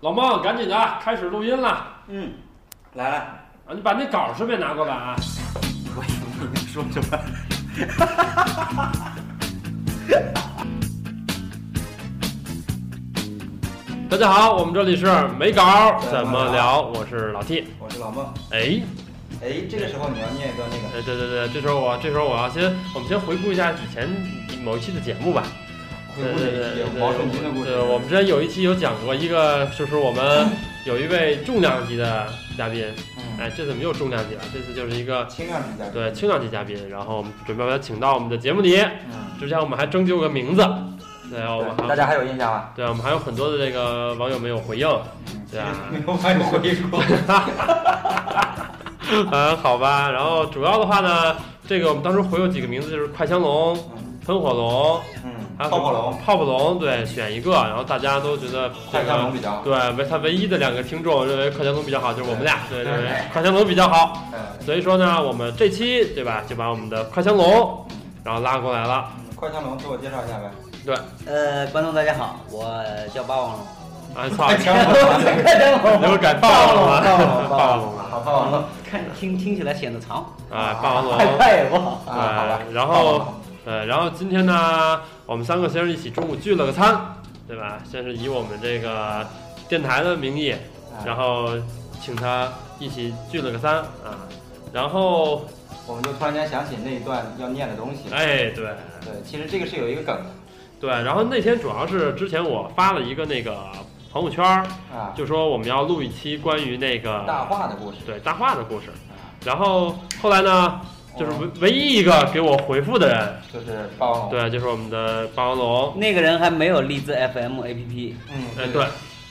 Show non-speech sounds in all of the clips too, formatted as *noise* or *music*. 老孟，赶紧的啊，开始录音了。嗯，来来，啊，你把那稿儿顺便拿过来啊。我以为你说什么？大家好，我们这里是没稿儿对怎么没稿儿聊，我是老 T。我是老孟。哎，哎，这个时候你要念一段那个哎，对对对，这时候我这时候我要先，我们先回顾一下以前某一期的节目吧。回顾这一期毛舜筠的故事。对，我们之前有一期有讲过一个，就是我们有一位重量级的嘉宾，嗯，哎，这次没有重量级啊，这次就是一个轻量级嘉宾。对轻量级嘉宾，然后我们准备把他请到我们的节目里。嗯，之前我们还征求个名字，对，我们对还大家还有印象吗？对，我们还有很多的这个网友没有回应，对啊， *laughs* 没有翻回过。 *laughs* 嗯，好吧。然后主要的话呢，这个我们当时回有几个名字，就是快枪龙、嗯喷火龙，嗯，还有泡泡龙、、泡泡龙，对，选一个。然后大家都觉得这快枪龙个比较好。对唯他唯一的两个听众认为快枪龙比较好，就是我们俩，对，对认为快枪龙比较好。嗯，所以说呢，我们这期对吧，就把我们的快枪龙然后拉过来了。嗯快枪龙自我介绍一下呗。呃，观众大家好，我叫霸王 *laughs* 龙。哎操，快你枪龙，给我改霸王龙霸王了，龙霸王龙霸王 *laughs* 龙了，好，霸王龙。看听听起来显得长，哎，霸王龙。快快也不好。啊，好吧。呃然霸后王龙对，然后今天呢，我们三个先是一起中午聚了个餐，对吧？先是以我们这个电台的名啊义，然后请他一起聚了个餐啊。然后，我们就突然间想起那一段要念的东西。哎，对对，其实这个是有一个梗对，然后那天主要是之前我发了一个那个朋友圈儿，的啊，就说我们要录一期关于那个大话的故事。对大话的故事。然后后来呢，就是哦唯唯一一个给我回复的人，就是霸王龙。对，就是我们的霸王龙，那个人还没有荔枝 FM APP，嗯，哎对，，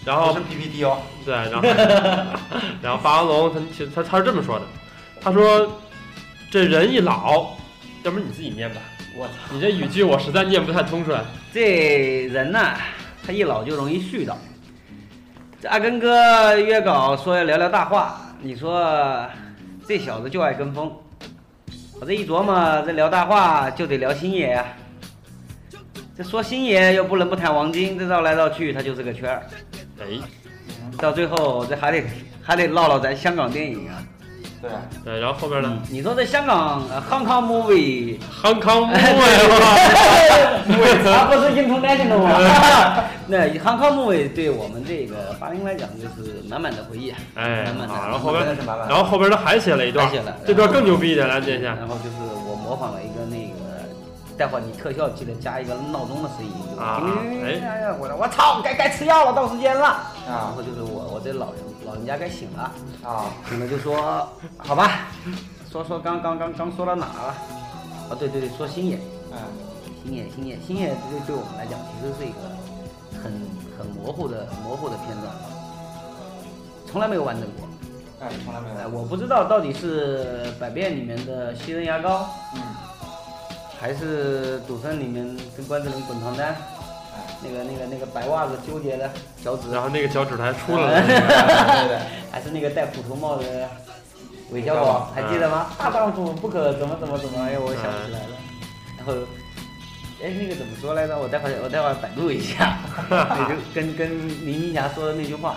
然后不是 PPT 哦。对，然后然后霸王龙他其实他他是这么说的，他说这人一老，要不然你自己念吧，我操，你这语句我实在念不太通顺。这人呐、他一老就容易絮叨。这阿根哥约稿说要聊聊大话，你说这小子就爱跟风。我这一琢磨，这聊大话就得聊星爷呀、这说星爷又不能不谈王晶，这绕来绕去，他就是个圈儿。哎，到最后这还得还得唠唠咱香港电影啊。对，对，然后后边呢你说这香港呃 Hong Kong movie， ，Hong *laughs* Kong 哎 movie， *laughs* 它不是 international 啊吗？ *laughs* 那 Hong Kong movie 对我们这个八零来讲就是满满的回忆啊。哎，慢慢好，来然后后真边的，是满然满的。后后边他还写了一段还写了，嗯这段更牛逼一点，来念一下然后就是我模仿了一个那个，待会儿你特效记得加一个闹钟的声音，就是啊叮铃铃铃铃我说我操，该该吃药了，到时间了。然啊后就是我我这老人老人家该醒了。啊，你们就说好吧，说说刚刚刚刚说到哪儿了？哦，对对对，说星野，嗯，星野，星野，星野对对我们来讲其实是一个很很模糊的模糊的片段，从来没有完整过。哎，从来没哎，有。我不知道到底是《百变》里面的吸人牙膏，嗯，还是《赌圣》里面跟关之琳滚床单，哎，那个那个那个白袜子纠结的脚趾，然后那个脚趾还出来了，对对 *laughs* 还是那个戴虎头帽的韦韦小小宝嗯宝，还记得吗？大丈夫不可怎么怎么怎么，哎，我想不起来了。嗯然后，哎，那个怎么说来着？我待会儿我待会儿百度 *laughs* 一下，那就跟跟林青霞说的那句话，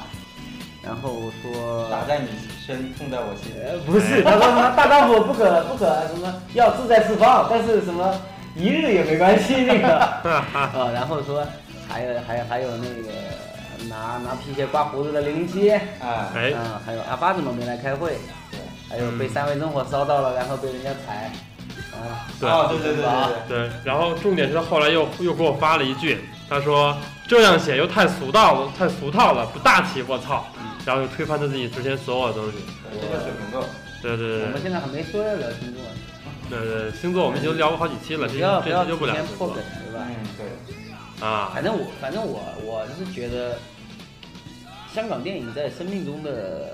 然后对，说。打在你身，痛在我心。呃，不哎是，他说什么大丈夫不可不可什么要自在四方，但是什么一日也没关 *laughs* 系那个，啊，然后说还有还有还有那个拿拿皮鞋刮胡子的零零七，哎，哎，嗯嗯，还有阿巴怎么没来开会？对，还有被三味真火烧到了，然后被人家踩，啊，对啊哦，对对对对对，对，然后重点是后来又又给我发了一句，他说这样写又太俗套了，太俗套了，不大气，我操！然后就推翻他自己之前所有的东西。对这个水平够。对对我对们现在还没说要聊星座，对对对，星座我们已经聊过好几期了，这不要不这要期就不提聊前星破座梗，对吧？嗯，对，啊。反正我反正我我是觉得，香港电影在生命中的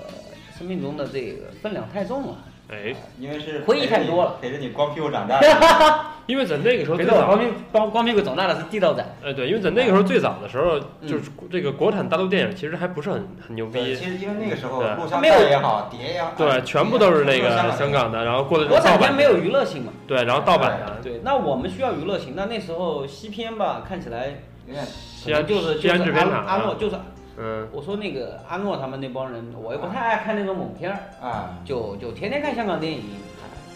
生命中的这个分量 *laughs* 太重了，哎，因为是回忆太多了陪着你光屁股长大 *laughs* 的。因为在那个时候别最说我光早，屁光光屁股长大的是地道战，哎对，因为在那个时候最早的时候，就是这个国产大陆电影其实还不是很很牛对，其逼，实因为那个时候对录像带也好，碟也好，哎对，全部都是那都个是香港的，然后过来之国后盗产片版没，有娱乐性嘛。对，然后盗版的，对，那我们需要娱乐性，那那时候西片吧，看起来有点西安就是西安制片厂阿啊诺就是嗯我说那个阿诺他们那帮人，我又啊不太爱看那种猛片儿，啊，就就天天看香港电影。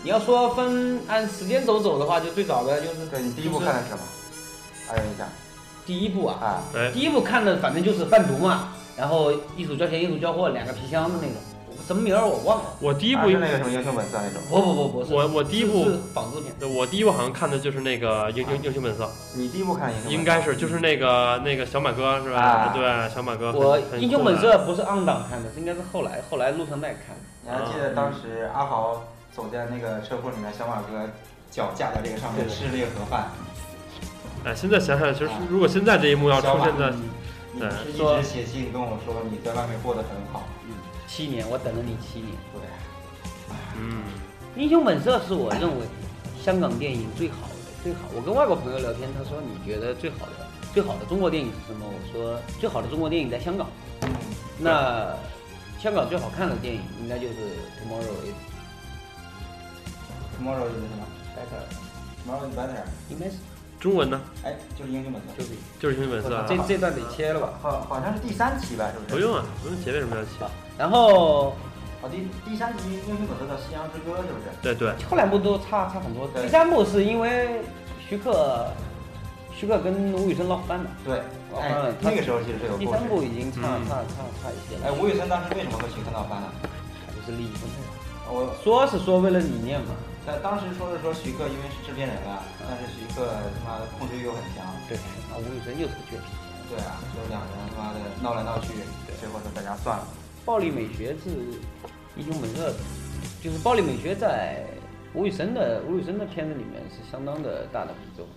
你要说分按时间轴走的话，就最早的就是对你第一部看的是什么？还有一下第一部啊，啊，哎第一部看的反正就是贩毒嘛，然后一手交钱一手交货，两个皮箱的那个，什么名儿我忘了。我第一还部啊是应那个什么英雄本色那种。不不不不是，我我第一部是是仿制品。我第一部好像看的就是那个《英英英雄本色你第一部看英雄本》，色应该是就是那个那个小马哥是吧？啊对，小马哥很。我很英雄本色不是昂档看的，是应该是后来后来录上麦看的。你还啊记得当时阿豪走在那个车库里面，小马哥脚架在这个上面吃那个盒饭，哎，现在想想，其实如果现在这一幕要出现嗯在，你对是一说直写信跟我说你在外面过得很好。嗯七年，我等了你七年。对，嗯，英雄本色是我认为香港电影最好的，最好。我跟外国朋友聊天，他说你觉得最好的最好的中国电影是什么？我说最好的中国电影在香港。嗯那香港最好看的电影应该就是《Tomorrow Is Tomorrow is 什么 Better》， ？Tomorrow is better。应该是中文呢哎，就是英雄本色。就是就是英雄本色啊，这这段得切了吧？好，好像是第三期吧，是哎不是？不用啊，不用写为什么要写？然后哦，第第三集英雄本色叫《夕阳之歌》，是不是？对对，后两部都差差很多。对第三部是因为徐克，徐克跟吴宇森闹翻了。对，哦哎嗯，那个时候其实是有故第事。三部已经差嗯差差差一些哎，了，吴宇森当时为什么会去看到班呢？还不是利益分配。我说是说为了理念嘛，在当时说是说徐克因为是制片人啊，但是徐克他妈的控制欲又很强，对，啊，吴宇森又是个倔皮。对啊，就是两个人他妈的闹来闹去，最后就大家算了。暴力美学是英雄本色，就是暴力美学在吴宇森的吴宇森的片子里面是相当的大的比重，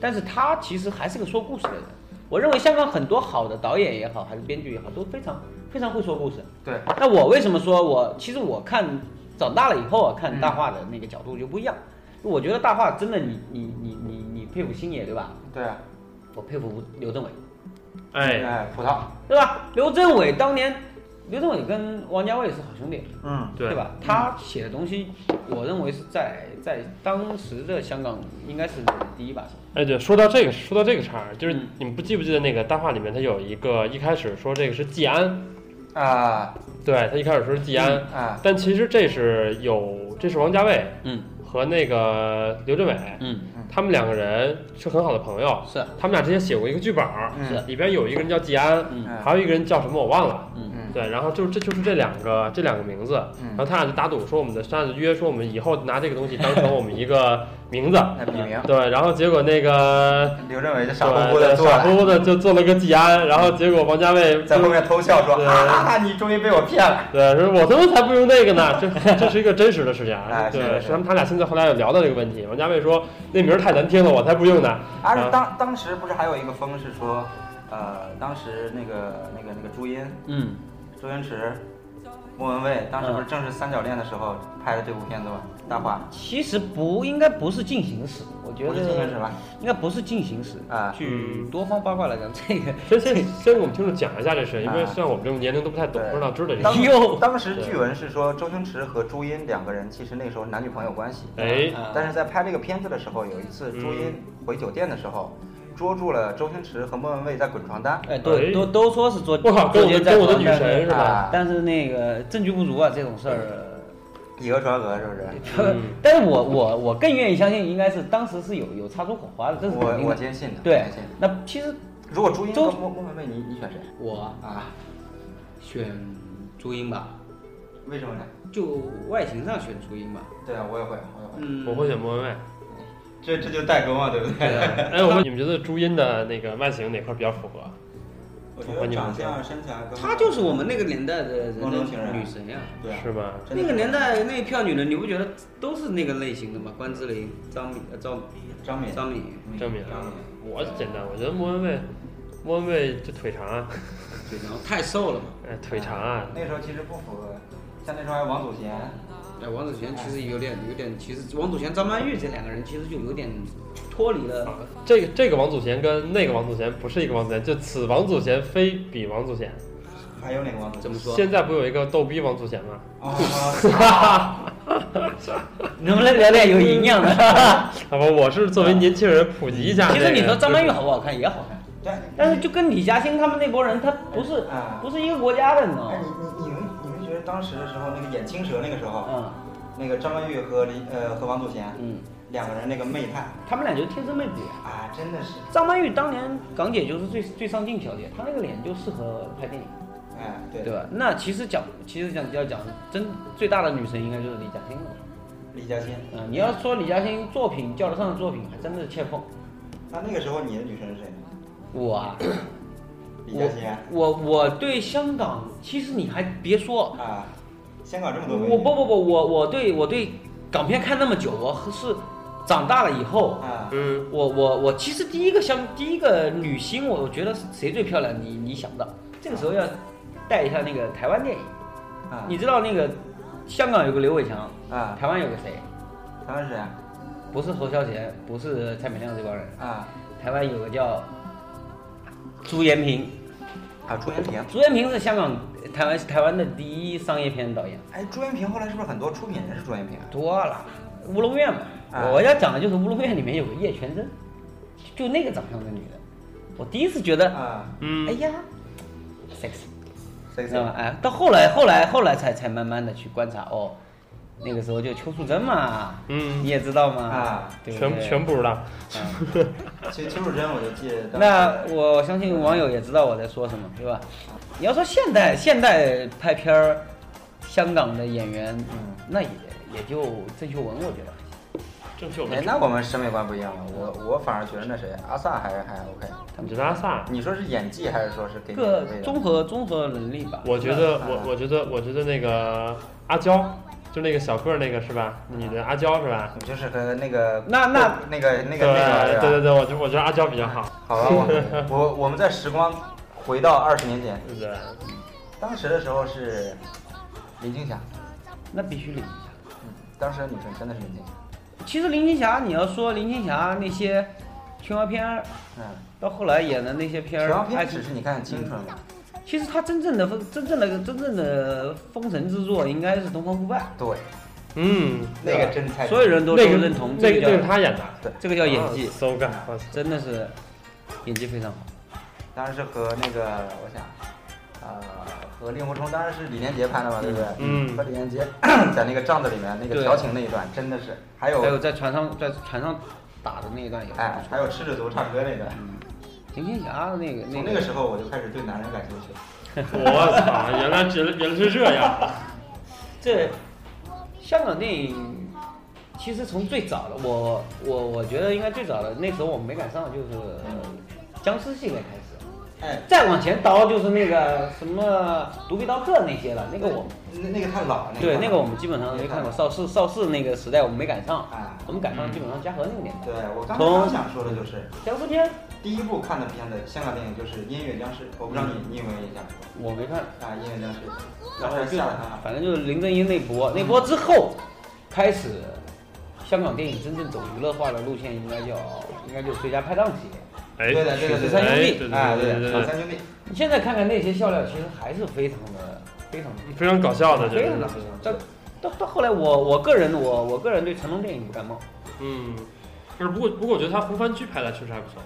但是他其实还是个说故事的人。我认为香港很多好的导演也好，还是编剧也好，都非常非常会说故事。对，那我为什么说我其实我看长大了以后啊，看大话的那个角度就不一样。我觉得大话真的你，你你你你佩服星爷对吧？对啊，我佩服吴刘镇伟，嗯哎，哎，葡萄，对吧？刘镇伟当年，刘镇伟跟王家卫是好兄弟，嗯，对吧？他写的东西，我认为是在在当时的香港应该是第一把手。哎，对，说到这个，说到这个茬儿，就是嗯你们不记不记得那个大话里面，它有一个一开始说这个是季安，啊对他一开始说是季安，啊，但其实这是有，这是王家卫嗯和那个刘镇伟，嗯，他们两个人是很好的朋友，是啊他们俩之前写过一个剧本儿，是嗯里边有一个人叫季安，嗯还有一个人叫什么我忘了。嗯嗯对，然后就是这就是这两个这两个名字，然后嗯，他俩就打赌说我们的，他俩就约说我们以后拿这个东西当成我们一个名字。那笔名，对，然后结果那个刘镇伟嗯就傻乎乎的对坐傻了，乎乎的就做了个季安，然后结果王家卫在后面偷笑说对啊，你终于被我骗了。对说我他妈才不用那个呢， *laughs* 这这是一个真实的事情啊。哎是对，的是是他们他俩现在后来有聊到这个问题，王家卫说那名儿太难听了，我才不用呢。而啊且当当时不是还有一个风是说，呃，当时那个那个那个朱茵、嗯，周星驰、莫文蔚，当时不是正是三角恋的时候拍的这部片子吗？大话其实不应该不是进行时，我觉不是进行时得吧？应该不是进行时。啊，据嗯多方八卦来讲，这个先先先给我们听众讲一下这事，因为啊像我们这种年龄都不太懂，对不知道知道这当事。哟当时据闻是说周星驰和朱茵两个人其实那时候男女朋友关系，哎，啊但是在拍这个片子的时候，有一次朱茵回酒店的时候，捉住了周星驰和莫文蔚在滚床单。哎，对，哎都都说是做，我靠，跟我的做奸在跟我的床女单神是吧？啊但是那个证据不足啊，这种事儿。以讹传讹是不是？嗯但是我我我更愿意相信，应该是当时是有有擦出火花的，这是肯我定我的。坚信的，对坚信。，那其实如果朱茵周和莫莫文蔚，你你选谁我啊？选朱茵吧，为什么呢？就外形上选朱茵吧。对啊，我也会，我也会。嗯我会选莫文 *laughs* 蔚。这这就代沟嘛，对不对？哎，我说你们觉得朱茵的那个外形哪块比较符合？我觉得长相、身材跟她就是我们那个年代的人梦中情人女神呀。对啊是吗？那个年代那一票女人，你不觉得都是那个类型的吗？关之琳、张敏、呃赵张敏，张敏，郑敏啊，我简单，我觉得莫文蔚，莫文蔚这腿长啊，对，然后太瘦了嘛。哎，腿长啊，那时候其实不符合，像那时候还有王祖贤，哎，王祖贤其实有点有点，其实王祖贤、张曼玉这两个人其实就有点脱离了。这个这个王祖贤跟那个王祖贤不是一个王祖贤，就此王祖贤非彼王祖贤。还有哪个王祖怎贤？么说？现在不有一个逗逼王祖贤吗？哦，能不能聊点有营养的？ *laughs* 啊嗯好吧，我是作为年轻人普及一下。其实你这个说张曼玉好不好看也好看，对，但是就跟李嘉欣他们那波人，他不是啊不是一个国家的，你知道哎，吗？你你你们你们觉得当时的时候，那个演青蛇那个时候，嗯那个张曼玉和林呃和王祖贤嗯，两个人那个媚态他们俩就是天生妹子呀。啊，真的是，张曼玉当年港姐就是最最上镜小姐，她那个脸就适合拍电影，哎，对，对吧？那其实讲其实讲要讲真最大的女神应该就是李嘉欣了。李嘉欣，嗯、你要说李嘉欣作品叫得上的作品，还真的是欠奉。那那个时候你的女神是谁？我 *coughs* 啊，李嘉欣啊我我对香港，其实你还别说，啊，香港这么多美女，我不不不，我我对我对港片看那么久，我是长大了以后，啊，嗯，我我我其实第一个想第一个女星，我觉得谁最漂亮？你你想到这个时候要带一下那个台湾电影，啊你知道那个香港有个刘伟强，啊，台湾有个谁？台湾是谁啊？不是侯孝贤，不是蔡明亮这帮人，啊台湾有个叫朱延平，啊，朱延平，朱延平是香港台湾台湾的第一商业片导演，哎，朱延平后来是不是很多出品人是朱延平啊？多了乌龙院嘛，啊我要讲的就是乌龙院里面有个叶全真，就那个长相的女的，我第一次觉得，啊，哎嗯，呀，sexy。谁知道吗谁？？哎，到后来，后来，后来才才慢慢的去观察哦。那个时候就邱淑贞嘛，嗯你也知道嘛，啊，对不对全全不知道。啊其实邱淑贞我就记得当时，那我相信网友也知道我在说什么，对吧？你要说现代现代拍片儿，香港的演员，嗯那也也就郑秀文，我觉得郑秀哎，文，那我们审美观不一样了，我我反而觉得那谁阿萨还还 OK。你觉得阿萨？你说是演技还是说是给你各的味道综合综合能力吧。我觉得啊我我觉得我觉得那个阿娇，就那个小个儿那个是吧？你的阿娇是吧？你就是和那个那那那个那对个那个对对吧？对，我觉得我觉得阿娇比较好。好了，我我我们在时光回到二十年前，对不对？当时的时候是林青霞，那必须领一下。嗯，当时的女生真的是林青霞，其实林青霞，你要说林青霞那些青蛙片儿，嗯，到后来演的那些片儿，然后爱片情只是你看嗯青春了，其实他真正的真正的真正的封神之作应该是《东方不败对，嗯，那个真》，才所有人都都那个认同那这个个那是叫他演的，啊这个叫演啊技， ，so good，我 *laughs* 操真的是演技非常好。当时是和那个我想，呃，和令狐冲当然是李连杰拍的嘛，对不对？嗯和李连杰 *coughs* 在那个帐子里面那个对调情那一段真的是，还还有有在船上在船上打的那一段也哎，还有吃着毒唱歌那个，林青霞那个从那那个个时候我就开始对男人感兴趣了。我操，原来原来原来是这样，这香港电影。其实从最早的我我我觉得应该最早的那时候我们没赶上，就是呃僵尸系列开始，哎，再往前倒就是那个什么独臂刀客那些了，那个我那那个太老了，对，那个我们基本上没看过。邵氏邵氏那个时代我们没赶上啊，我们赶上基本上嘉禾那个年代。对我刚才从刚想说的就是，僵尸片第一部看的片子，香港电影就是《音乐僵尸》，我不知道嗯你你有没有印象我没看，啊，《音乐僵尸》，当然后时就吓得他，反正就是林正英那波，那波之后开始，香港电影真正走娱乐化的路线，应该叫应该就是最佳拍档系列。哎，对的对的对的哎对对哎，对对对啊对三兄弟，你现在看看那些笑料，其实还是非常的非常的对，非常搞笑的，这非常个的，到到到后来我，我个人我我个人对成龙电影不感冒，嗯，不是，不过不过我觉得他红番区拍的确实还不错，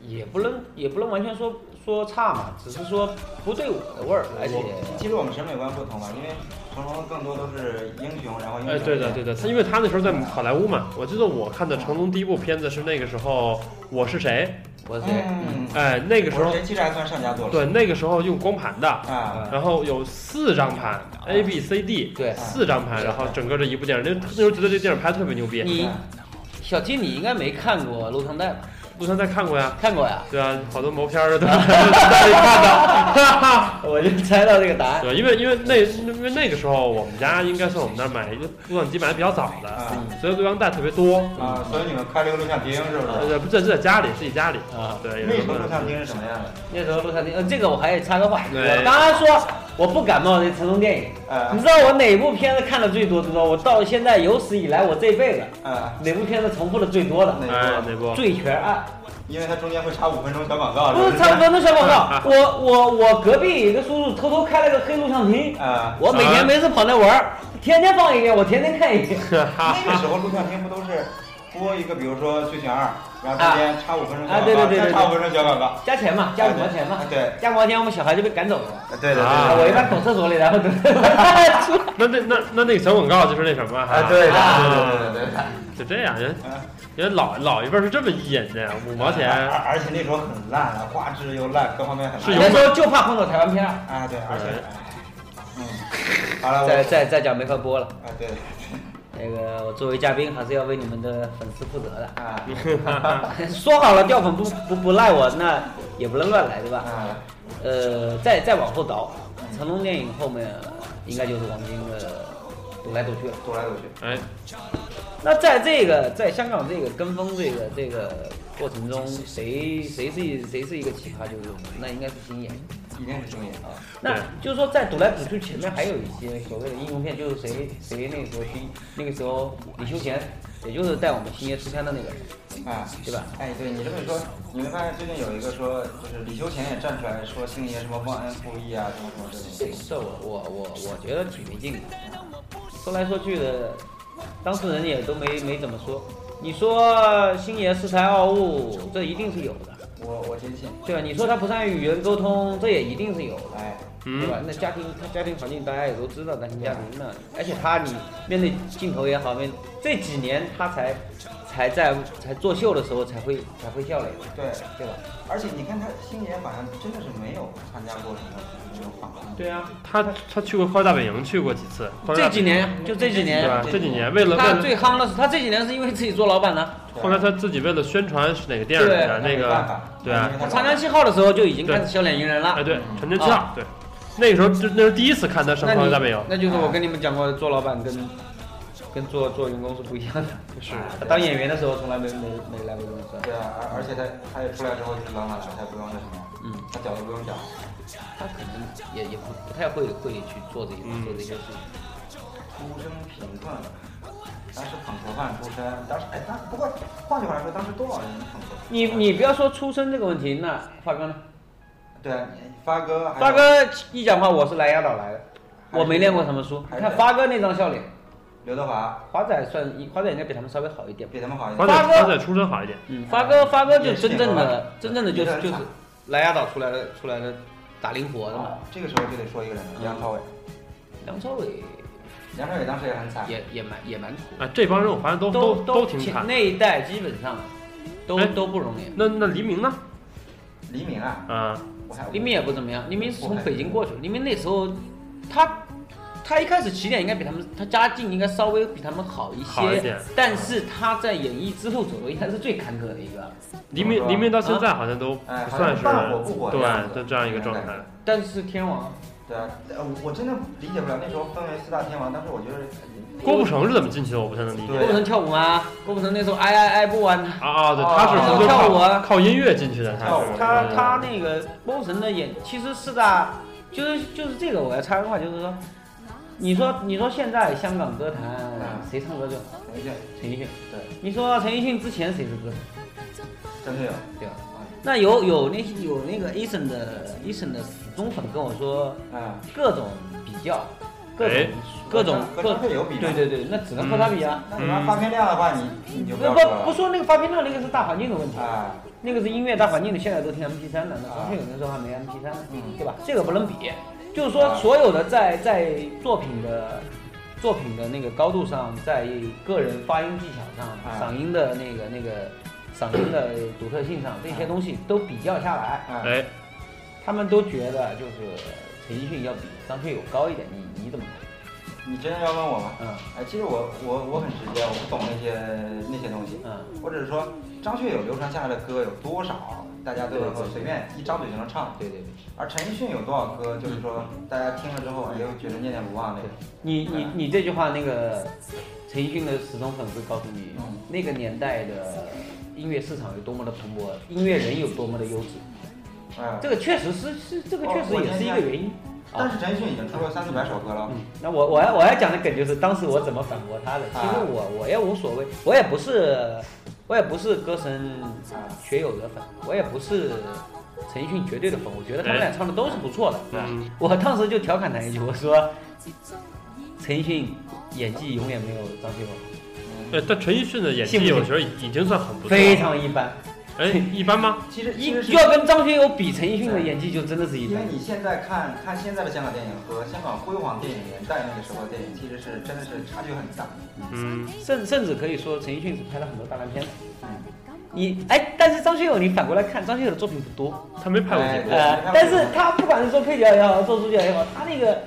也不能也不能完全说说差嘛，只是说不对我的味儿，而且我其实我们审美观不同吧，因为成龙更多都是英雄，然后英雄哎，对的，对的，他因为他那时候在好莱坞嘛，我记得我看的成龙第一部片子是那个时候《我是谁我是嗯》，，哎，那个时我候这其实还算上佳作了，对，那个时候用光盘的，啊，然后有四张盘 A B C D，对四张盘，然后整个这一部电影，那那时候觉得这电影拍得特别牛逼。你嗯小金，你应该没看过《录像带》吧？陆三在看过呀，看过呀，对啊，好多毛片儿都 *laughs* 都在那里看的，哈哈。 *laughs* 我就猜到这个答案。 *laughs* 对，因为因为那因为那个时候我们家应该算我们那儿买一个录像机买的比较早的，啊所以录像带特别多。啊，所以你们开了个录像厅是不对是？对，不是是在家里，自己家里啊对，有那时时候候录像厅是什么样的？那时候录像厅，呃，这个我还得插个话，对我刚刚说我不感冒这成龙电影，你呃知道我哪部片子看的最多的吗？我到现在有史以来我这辈子呃，哪部片子重复的最多的？哎哪那不部？《醉拳案因为它中间会插五分钟小广告，》不吧是唱分的小啊广告，我我我隔壁一个叔叔偷偷开了个黑录像厅，啊，我每天没事跑那玩儿，天天放一遍，我天天看一遍。那个时候录像厅不都是播一个，比如说《睡醒二》，然后中间插五分钟小广啊告，对对对对再插五分钟小广告。加钱嘛，加五毛钱嘛啊，对，加五毛钱我们小孩就被赶走了。对对对啊对，我一般躲厕所里，然 *laughs* 后等出来。那那那那那个小广告就是那什么哈，啊，对的，啊对对对对对。就这样，人嗯人老老一辈是这么引的，五毛钱，而而且那时候很烂啊，画质又烂，各方面很是有烂。人说就怕碰到台湾片儿，啊，对，而且，嗯，好了，我再再再讲没法播了。啊，对，那个我作为嘉宾还是要为你们的粉丝负责的。 *laughs* 啊说好了掉粉不不不赖我，那也不能乱来，对吧？啊，呃，再再往后倒，成龙电影后面应该就是王晶的躲来躲去了。躲来躲去，哎，那在这个在香港这个跟风这个这个过程中，谁谁是一谁是一个奇葩就是我们那应该是星爷一定是中野啊。那对就是说在躲来躲去前面还有一些所谓的英雄片，就是谁谁那个时候星那个时候李修贤，也就是带我们星爷出圈的那个人，啊。对吧？哎，对你这么一说，你会发现最近有一个说，就是李修贤也站出来说星爷什么忘恩负义啊，什么什么这这种个。事儿我我我我觉得挺没劲的，啊说来说去的，当事人也都没没怎么说。你说星爷恃才傲物，这一定是有的，我我坚信，对吧？你说他不善于与人沟通，这也一定是有的，哎，对吧嗯，？那家庭他家庭环境大家也都知道，单亲家庭那，而且他你面对镜头也好，面这几年他才才在才作秀的时候才会才会笑脸，对，对吧？而且你看他星爷好像真的是没有参加过什么就是那种访问。对啊，他他去过《快乐大本营》，去过几次，快乐这大几年就这几年对吧？这几年为了他为了，最夯的是他这几年是因为自己做老板呢。对后来他自己为了宣传是哪个电影啊，那没办法个对啊，因为他我长江七号的时候就已经开始笑脸迎人了哎。对，陈年七啊号，对，那个时候就那是第一次看他上那《快乐你大本营》，那就是我跟你们讲过，做老板跟跟做做员工是不一样的。是他当演员的时候从来没没没来过公司。对啊，而而且他他也出来之后就是冷冷的，他也不用那什么，嗯，他脚都不用脚。他可能也也不不太会会去做这些嗯做这些事情。出身贫困，当时捧盒饭出身，当时哎，当不过换句话说，当时多少人捧盒？你你不要说出身这个问题，那发哥呢？对啊，你发哥，发，哥一讲话，我是来压倒来的，我没练过什么书。还你是看发哥那张笑脸，刘德华华仔算华仔应该比他们稍微好一点吧。比他们好一华仔点，八哥华仔出身好一点，嗯，发哥发哥就也是真也正是的真正的就是也是就是来压倒出来的出来的打灵活的嘛。这个时候就得说一个人了，梁朝伟，啊梁朝伟梁朝伟当时也很惨，也也蛮也蛮苦，啊，这帮人我发现都都都挺前惨。那一代基本上都哎都不容易。那那黎明呢？黎明啊，啊，我还黎明也不怎么样，黎明是从我还北京过去的，黎明那时候他他一开始起点应该比他们，他家境应该稍微比他们好一好一些点，但是他在演艺之路走的应该是最坎坷的一个。黎明黎明到现在好像都啊哎不算是好像半火不火的样对，就子这样一个状现态在。但是天王对啊，呃我我真的理解不了那时候分为四大天王，但是我觉得哎郭富城是怎么进去的？我不太能理解。对郭富城跳舞吗？郭富城那时候哎哎哎不完，啊啊，对，哦他是哦就跳舞靠啊靠音乐进去的，跳他舞是嗯他对对他那个郭富城的演，其实四大就是就是这个，我要插个话，就是说，你说你说现在香港歌坛嗯谁唱歌最好？陈奕迅陈奕迅。对，你说陈奕迅之前谁是歌手？真的有，对吧？那有有那些有那个 Eason 的 Eason 的死忠粉跟我说，嗯，各种比较，各种哎各种合各唱是有比对对对，那只能和他比啊。那你要发片量的话，你你就不那要不说了，不说那个发片量，那个是大环境的问题。啊，那个是音乐大环境的，现在都听 MP 3了，那啊张学友那时候还没 MP 3嗯对吧？这个不能比，就是说啊所有的在在作品的作品的那个高度上，在个人发音技巧啊上，嗓音的那个那个嗓音的独特性上，这些东西都比较下来，啊，哎，他们都觉得就是陈奕迅要比张学友高一点，你你怎么看？你真的要问我吗？嗯哎，其实我我我很直接，我不懂那些那些东西。嗯，我只是说，张学友流传下来的歌有多少，大家都能够随便一张嘴就能唱。对对对。而陈奕迅有多少歌，就是说大家听了之嗯后也会觉得念念不忘那个。你你你这句话，那个陈奕迅的始终粉会告诉你嗯，那个年代的音乐市场有多么的蓬勃，音乐人有多么的优质，哎，这个确实是是这个确哦实我哦也是一个原因。但啊，是陈奕迅已经出了三四百首歌了嗯。，那我我要我要讲的梗就是当时我怎么反驳他的。其实啊我我也无所谓，我也不是我也不是歌神学友的粉，我也不是陈奕迅绝对的粉，我觉得他们俩唱的都是不错的。嗯， *laughs* 我当时就调侃他一句，我说陈奕迅演技永远没有张学友好。嗯，呃，但陈奕迅的演技信不信有时候已已经算很不错了，非常一般。哎一般吗？啊其实一其实是要跟张学友比，陈奕迅的演技就真的是一因般为。你现在看看现在的香港电影和香港辉煌电影年代那个时候的电影，其实是真的是差距很大。嗯，甚甚至可以说陈奕迅是拍了很多大烂片的。嗯，你哎，但是张学友，你反过来看，张学友的作品不多，他没拍过几部。呃，但是他不管是做配角也好，做主角也好，他那个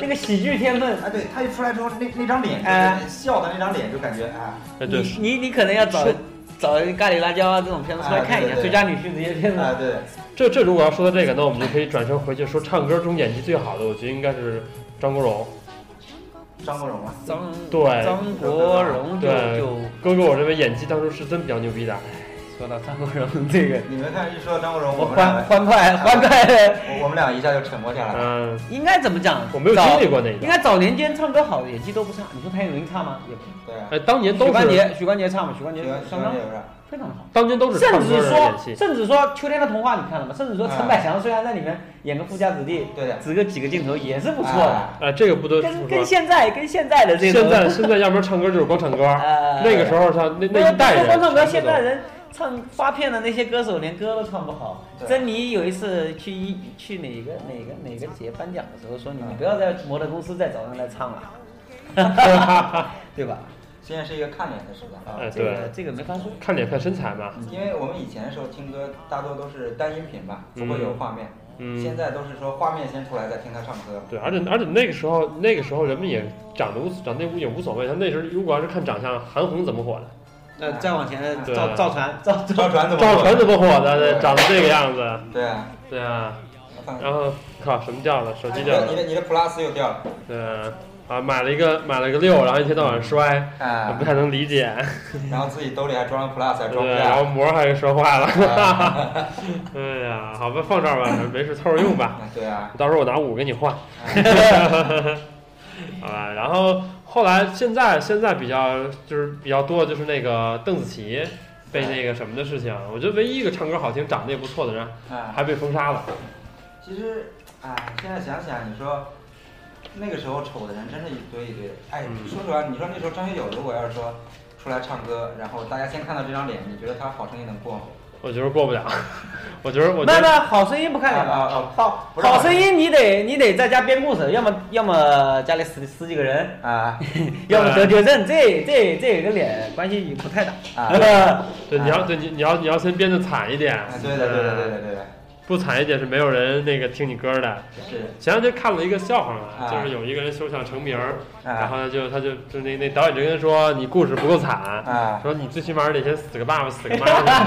那个喜剧天分，哎，对他一出来之后，那那张脸，哎笑的那张脸就感觉 *laughs* 啊，哎，你对，你你可能要找是找咖喱辣椒啊这种片子出来看一下，啊对对对最佳女婿这些片子，啊，对，这这如果要说到这个，那我们就可以转身回去说唱歌中演技最好的，我觉得应该是张国荣。张国荣啊，张对张国荣就对就哥哥，我认为演技当初是真比较牛逼的。说到张国荣这 *laughs* 个，你们看一说到张国荣，我我们俩欢欢快欢快，我我们俩一下就沉默下来了。嗯，应该怎么讲？我没有早经历过那一应段。该早年间唱歌好的演技都不差，你说谭咏麟差吗？也不差。对啊，哎，当年都许冠是，杰，许冠杰差吗？许冠杰喜欢喜相欢当这个是吧？非常好，当年都是甚唱歌至人演说戏。甚至说《秋天的童话》你看了吗？甚至说啊陈百强虽然在里面演个富家子弟，对的，值个几个镜头也是不错的啊。哎，这个不得不跟跟说。现在跟现在的这现种在现在，要不然唱歌就是光唱歌。呃那个时候他那不那一代人，光唱歌，全现部都在人唱发片的那些歌手连歌都唱不好。对珍妮有一次去一去哪个哪个哪个节颁奖的时候说：“嗯你们啊不要在模特公司再找人来 *laughs* 唱了，对吧？”啊现在是一个看脸的时代啊哎，这个这个没法说。看脸看身材嘛。因为我们以前的时候听歌大多都是单音频吧，不会有画面。嗯现在都是说画面先出来再听他唱歌。对，而且而且那个时候那个时候人们也长得无长得也无所谓，他那时候如果要是看长相，韩红怎么火的，呃，再往前对赵赵传赵赵赵传怎么赵说？传怎么火的，长得这个样子，对啊，对啊，放然后靠什么掉了，手机掉你了，的你的 plus 又掉哎了对啊，啊买了一个买了个六，然后一天到晚摔，哎啊不，太能理解，然后自己兜里还装了 plus 还对，啊装不啊然后下。膜还给摔坏了， *laughs* 啊哎呀，好吧，放这儿吧，没事凑合用吧，对啊，到时候我拿五给你换， *laughs* 好吧，然后后来现在现在比较就是比较多的就是那个邓紫棋被那个什么的事情，我觉得唯一一个唱歌好听、长得也不错的人啊，还被封杀了。其实，哎，现在想想，你说那个时候丑的人真是一堆一堆的。哎，嗯说实话，你说那时候张学友如果要是说出来唱歌，然后大家先看到这张脸，你觉得他好声音能过吗？我觉得过不了， *laughs* 我觉得我觉那得那好声音不看脸啊吧？啊啊好不是好声音你得你得在家编故事，要么要么家里死死几个人， *laughs* 啊，要么得绝症，这这这个脸关系也不太大。啊 *laughs* 对你要对你你要你要先编的惨一点啊，对的，对的，对嗯的， *laughs* 对的，不惨一点是没有人那个听你歌的。是前两天看了一个笑话嘛，啊就是有一个人休想成名，然啊后呢就他就就那那导演就跟他说你故事不够惨，啊，说你最起码得先死个爸爸死个妈妈，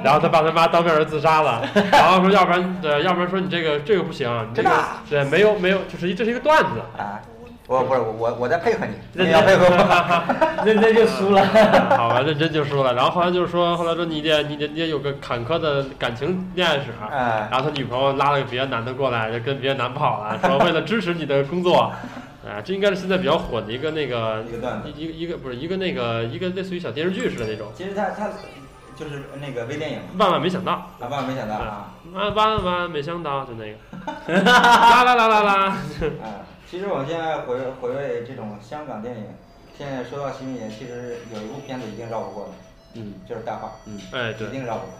*laughs* 然后他爸他妈当面儿自杀了，然后说要不然呃要不然说你这个这个不行，你这个真的啊对没有没有就是一这是一个段 *laughs* 子，啊，我不是我我在配合你，你要配合我。 *laughs* 认真就输了。好吧认真就输了，然后后来就是说后来说你得你得你得有个坎坷的感情恋爱史。啊，然后他女朋友拉了个别的男的过来，就跟别的男跑了，说为了支持你的工 *laughs* 作，啊、这应该是现在比较火的一个那个一个段子。一一个一个不是一个那个一个类似于小电视剧似的那种。其实他他就是那个微电影，万万没想到，啊，万万没想到啊万万万没想到，就那个，啦啦啦啦啦， *laughs* 啊！其实我们现在回回味这种香港电影，现在说到徐敏仪，其实有一部片子一定绕不过的，嗯，就是《大话哎，》，一对，定绕不过。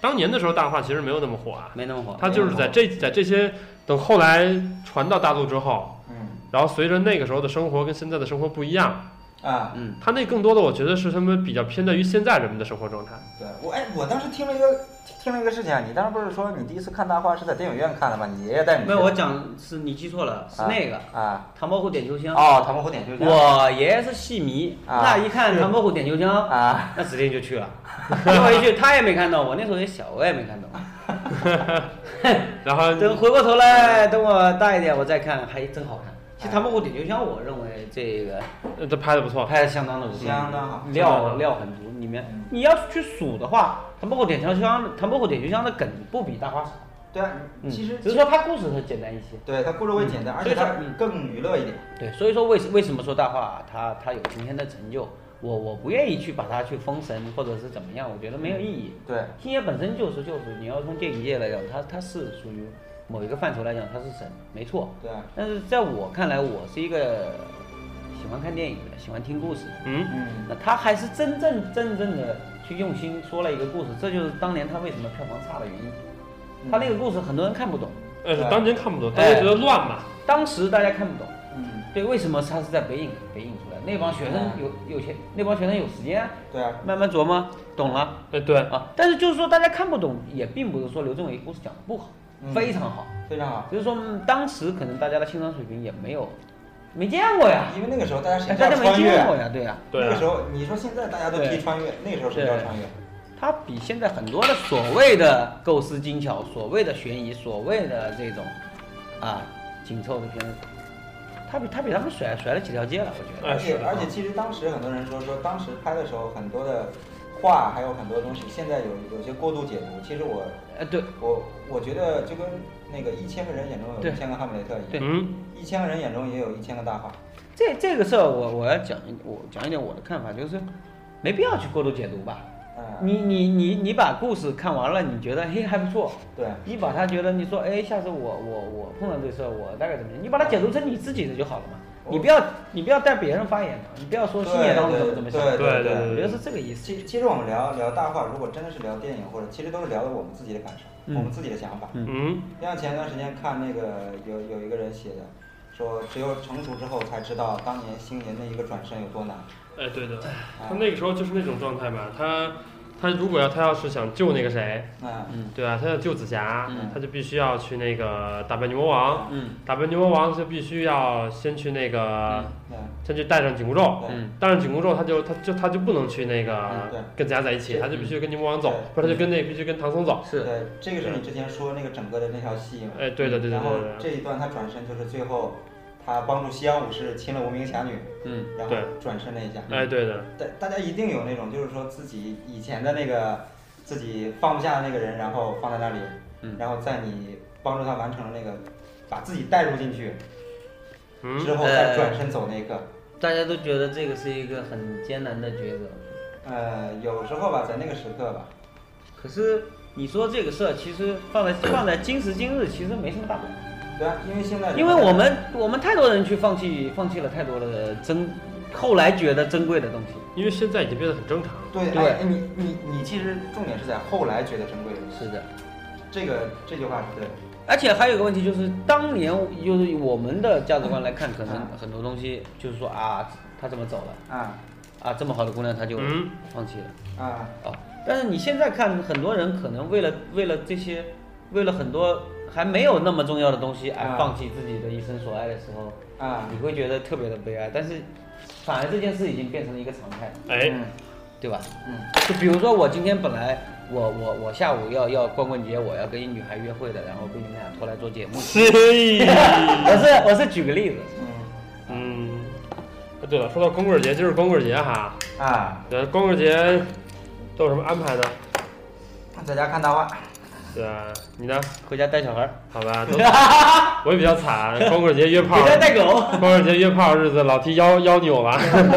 当年的时候大话其实没有那么火啊，没那么火。它就是在这在这些等后来传到大陆之后，嗯然后随着那个时候的生活跟现在的生活不一样，啊，嗯，它那更多的我觉得是他们比较偏在于现在人们的生活状态。对我哎，我当时听了一个听了一个事情啊，你当时不是说你第一次看《大话》是在电影院看的吗？你爷爷带你去没有我讲是你记错了，是那个《啊？唐伯虎点秋香》。哦，唐伯虎点秋香我爷爷是戏迷，啊那一看《唐伯虎点秋香》，啊，那指定 *laughs* 就去了。那我一去，他也没看到我，那时候也小，我也没看到。嗯然后等回过头来，等我大一点，我再看，还真好看。其实《唐伯虎点秋香》，我认为这个呃这拍的不错，拍的相当的不错，相当好相当料好料很足。里面嗯你要去数的话，《唐伯虎点秋香》《唐伯虎点秋香》的梗不比《大话》少，对啊，嗯其实只是说它故事它简单一些。对它故事会简单，而且它嗯更娱乐一点。对，所以说为什为什么说《大话》它它有今天的成就，我我不愿意去把它去封神或者是怎么样，我觉得没有意义。对，星爷本身就是就是，你要从电影界来讲，他他是属于某一个范畴来讲，他是神，没错。对啊，但是在我看来，我是一个喜欢欢看电影的，喜欢听故事的。嗯，嗯那他还是真正真正的去用心说了一个故事，这就是当年他为什么票房差的原因。他那个故事很多人看不懂，呃，对当年看不懂，当年觉得乱嘛，当时大家看不懂。嗯，对，为什么他是在北影北影出来？那帮学生嗯有有钱，那帮学生有时间啊，对啊，慢慢琢磨懂了哎，对，啊。但是就是说大家看不懂，也并不是说刘镇伟故事讲的不好，嗯非常好。非常好。只是说、嗯当时可能大家的欣赏水平也没有没见过呀，因为那个时候大家谁哎大知道家没穿见过越？呀，对呀、对那个时啊，候你说现在大家都对提穿越，那个时候谁知道穿越？它比现在很多的所谓的构思精巧、所谓的悬疑、所谓的这种啊紧凑的片子，它比它比他们甩甩了几条街了，我觉得。哎而是且的而且，其实当时很多人说说，当时拍的时候很多的话，还有很多东西，现在有有些过度解读。其实我呃，对我我觉得就跟那个一千个人眼中有对一千个哈姆雷特一对样，嗯一千个人眼中也有一千个大话。这这个事儿，我我要讲一我讲一点我的看法，就是没必要去过度解读吧。嗯，你你你你把故事看完了，你觉得嘿还不错，对，你把它觉得你说，哎，下次我我我碰到这事儿，我大概怎么样？你把它解读成你自己的就好了嘛。你不要你不要带别人发言嘛，你不要说星爷当时怎么怎么想，对对对对我觉得是这个意思。其其实我们聊聊大话，如果真的是聊电影，或者其实都是聊的我们自己的感受，嗯我们自己的想法。嗯嗯，像前段时间看那个有有一个人写的，说只有成熟之后才知道当年星爷那一个转身有多难。哎，对的，啊他那个时候就是那种状态嘛，他他如果要他要是想救那个谁，嗯对啊，他要救紫霞嗯，他就必须要去那个打败牛魔王，嗯打败牛魔王就必须要先去那个，嗯，先去带上紧箍咒。对，带上紧箍咒，他就他就他就不能去那嗯对个跟紫霞在一起，他就必须跟牛魔王走，对不是他就跟那必须跟唐僧走。是对，这个是你之前说那个整个的那条戏嘛。哎，对的对的嗯然后对的，这一段他转身就是最后，他帮助西洋武士擒了无名侠女，嗯然后对转身了一下。哎对的，大大家一定有那种就是说自己以前的那个自己放不下的那个人，然后放在那里，嗯然后在你帮助他完成了那个，把自己带入进去嗯，之后再转身走那一刻。大家都觉得这个是一个很艰难的抉择，哎呃，有时候吧，在那个时刻吧，可是你说这个事儿，其实放在放在今时今日，其实没什么大不了。对啊，因为现在因为我们我们太多人去放弃放弃了太多的珍，后来觉得珍贵的东西。因为现在已经变得很正常了。对对哎你你你其实重点是在后来觉得珍贵的东西，是的，这个这句话是对的。而且还有一个问题就是，当年就是我们的价值观来看，可能嗯很多东西就是说啊，他怎么走了啊啊，这么好的姑娘他就嗯放弃了啊，啊。但是你现在看，很多人可能为了为了这些，为了很多还没有那么重要的东西，而啊放弃自己的一生所爱的时候，啊，你会觉得特别的悲哀。但是，反而这件事已经变成了一个常态，哎，。嗯对吧？嗯就比如说我今天本来我我我下午要要光棍节，我要跟一女孩约会的，然后被你们俩拖来做节目嘿，我是我是举个例子，嗯嗯，哎对了，说到光棍节，今儿光棍节哈，啊，对，光棍节都有什么安排呢？在家看大话，对啊，你呢？回家带小孩儿， *laughs* 好吧，都我也比较 *laughs* 惨，光棍节约炮回，家带狗。 *laughs* 光棍节约炮日子，老提腰腰扭了，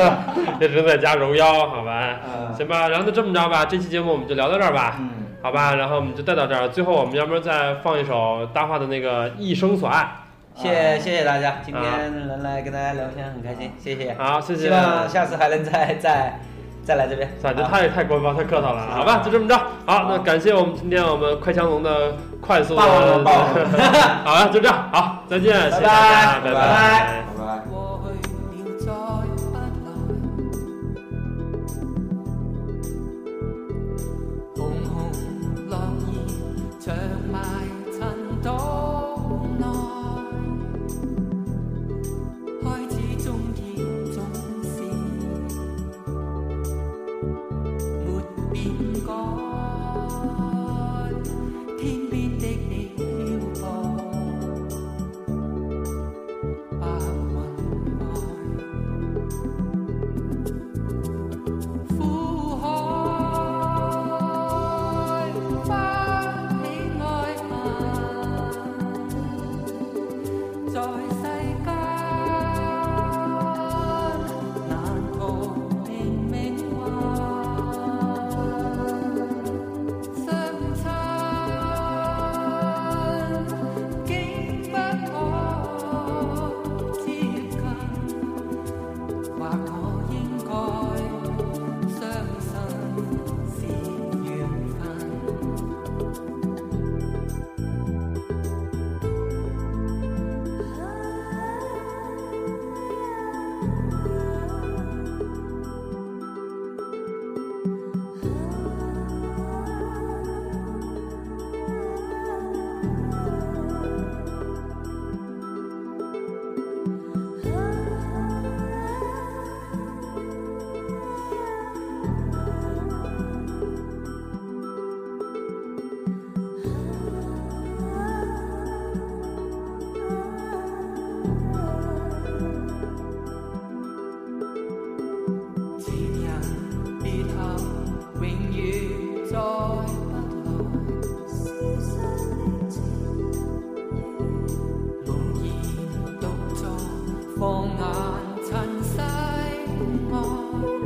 *laughs* 一直在家揉腰，好吧，嗯行吧，然后就这么着吧，这期节目我们就聊到这儿吧， *laughs* 嗯，好吧，然后我们就带到这儿，最后我们要不然再放一首大话的那个《一生所爱谢啊谢谢谢大家，今天能来跟大家聊天很开心，谢谢。》，好，谢谢希，望下次还能再再再来这边。咋这好太太官方太客套了，好吧，就这么着，好，那感谢我们今天我们快枪龙的快速的，霸王龙霸王龙好了，就这样，好，再见，谢谢大家，拜拜。拜拜拜拜。過去了再不來，紅紅落葉長埋塵土內，開始中意總是沒變改，天邊的你漂泊。白雲放眼塵世外。